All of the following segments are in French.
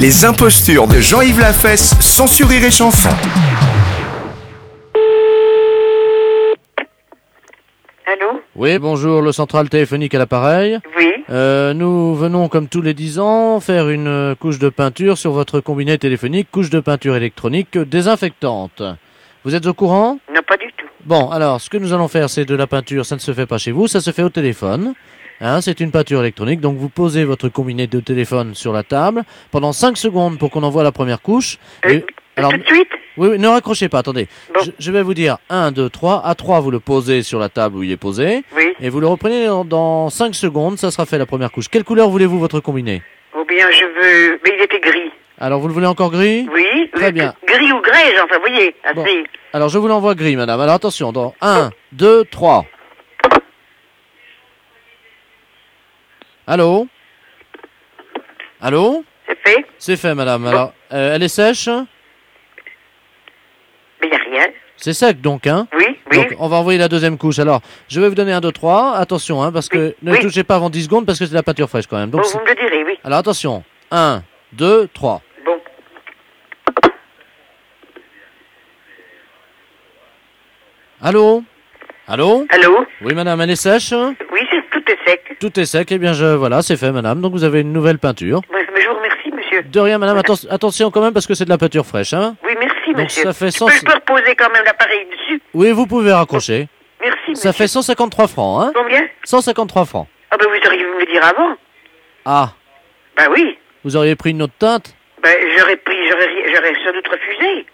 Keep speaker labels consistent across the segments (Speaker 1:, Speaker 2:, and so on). Speaker 1: Les impostures de Jean-Yves Lafesse, censuré et chanson.
Speaker 2: Allô
Speaker 3: Oui, bonjour, le central téléphonique à l'appareil.
Speaker 2: Oui,
Speaker 3: Euh, nous venons, comme tous les 10 ans, faire une euh, couche de peinture sur votre combiné téléphonique, couche de peinture électronique euh, désinfectante. Vous êtes au courant
Speaker 2: non pas du tout.
Speaker 3: Bon, alors, ce que nous allons faire, c'est de la peinture, ça ne se fait pas chez vous, ça se fait au téléphone. Hein, c'est une peinture électronique, donc vous posez votre combiné de téléphone sur la table pendant 5 secondes pour qu'on envoie la première couche.
Speaker 2: Euh,
Speaker 3: Et- alors,
Speaker 2: Tout de suite
Speaker 3: oui, oui, ne raccrochez pas, attendez.
Speaker 2: Bon.
Speaker 3: Je, je vais vous dire 1, 2, 3. À 3, vous le posez sur la table où il est posé.
Speaker 2: Oui.
Speaker 3: Et vous le reprenez dans, 5 secondes, ça sera fait la première couche. Quelle couleur voulez-vous votre combiné
Speaker 2: Ou bien je veux... Mais il était gris.
Speaker 3: Alors vous le voulez encore gris
Speaker 2: Oui
Speaker 3: Très
Speaker 2: euh,
Speaker 3: bien.
Speaker 2: Gris ou grège, enfin, vous voyez.
Speaker 3: Bon.
Speaker 2: assez.
Speaker 3: Alors je vous l'envoie gris, madame. Alors attention, dans 1, 2, 3. Allô Allô
Speaker 2: C'est fait
Speaker 3: C'est fait, madame. Alors, euh, elle est sèche
Speaker 2: Mais il n'y a rien.
Speaker 3: C'est sec donc, hein
Speaker 2: Oui, oui.
Speaker 3: Donc on va envoyer la deuxième couche. Alors, je vais vous donner 1, 2, 3. Attention, hein, parce que
Speaker 2: Oui,
Speaker 3: ne
Speaker 2: oui.
Speaker 3: touchez pas avant 10 secondes, parce que c'est de la peinture fraîche quand même.
Speaker 2: bon,
Speaker 3: Donc, c'est-
Speaker 2: Oh, vous me le direz, oui.
Speaker 3: Alors attention, 1, 2, 3.
Speaker 2: Bon.
Speaker 3: Allô Allô
Speaker 2: Allô
Speaker 3: Oui, madame, elle est sèche hein.
Speaker 2: Oui, c'est tout est sec.
Speaker 3: Tout est sec, et bien je, voilà, c'est fait, madame. Donc vous avez une nouvelle peinture.
Speaker 2: Ouais, mais Je vous remercie, monsieur.
Speaker 3: De rien, madame, atten- attention quand même parce que c'est de la peinture fraîche, hein.
Speaker 2: Oui, merci,
Speaker 3: Donc,
Speaker 2: monsieur.
Speaker 3: ça fait
Speaker 2: Je peux- Je
Speaker 3: 100.
Speaker 2: peux reposer quand même l'appareil dessus
Speaker 3: Oui, vous pouvez raccrocher.
Speaker 2: Merci,
Speaker 3: Ça
Speaker 2: monsieur.
Speaker 3: fait 153 francs, hein.
Speaker 2: Combien
Speaker 3: 153 francs.
Speaker 2: Ah ben, vous auriez dû me le dire avant.
Speaker 3: Ah,
Speaker 2: Ben oui.
Speaker 3: vous auriez pris une autre teinte
Speaker 2: Ben, j'aurais pris... J'aurais j'aurais sans doute refusé.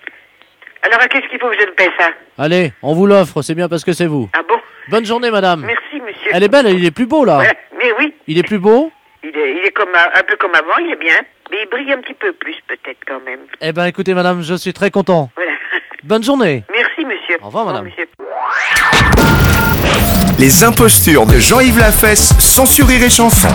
Speaker 2: Alors, à qu'est-ce qu'il faut que je ne paie ça
Speaker 3: Allez, on vous l'offre, c'est bien parce que c'est vous.
Speaker 2: Ah bon
Speaker 3: Bonne journée, madame.
Speaker 2: Merci, monsieur.
Speaker 3: Elle est belle, il est plus beau, là.
Speaker 2: Voilà. Mais oui.
Speaker 3: Il est plus beau
Speaker 2: Il est, il est comme, euh, un un peu comme avant, il est bien, mais il brille un petit peu plus peut-être quand même.
Speaker 3: Eh ben, écoutez, madame, je suis très content.
Speaker 2: Voilà.
Speaker 3: Bonne journée.
Speaker 2: Merci, monsieur.
Speaker 3: Au revoir, madame.
Speaker 2: monsieur.
Speaker 1: Les impostures de Jean-Yves Lafesse, censuré et chanson.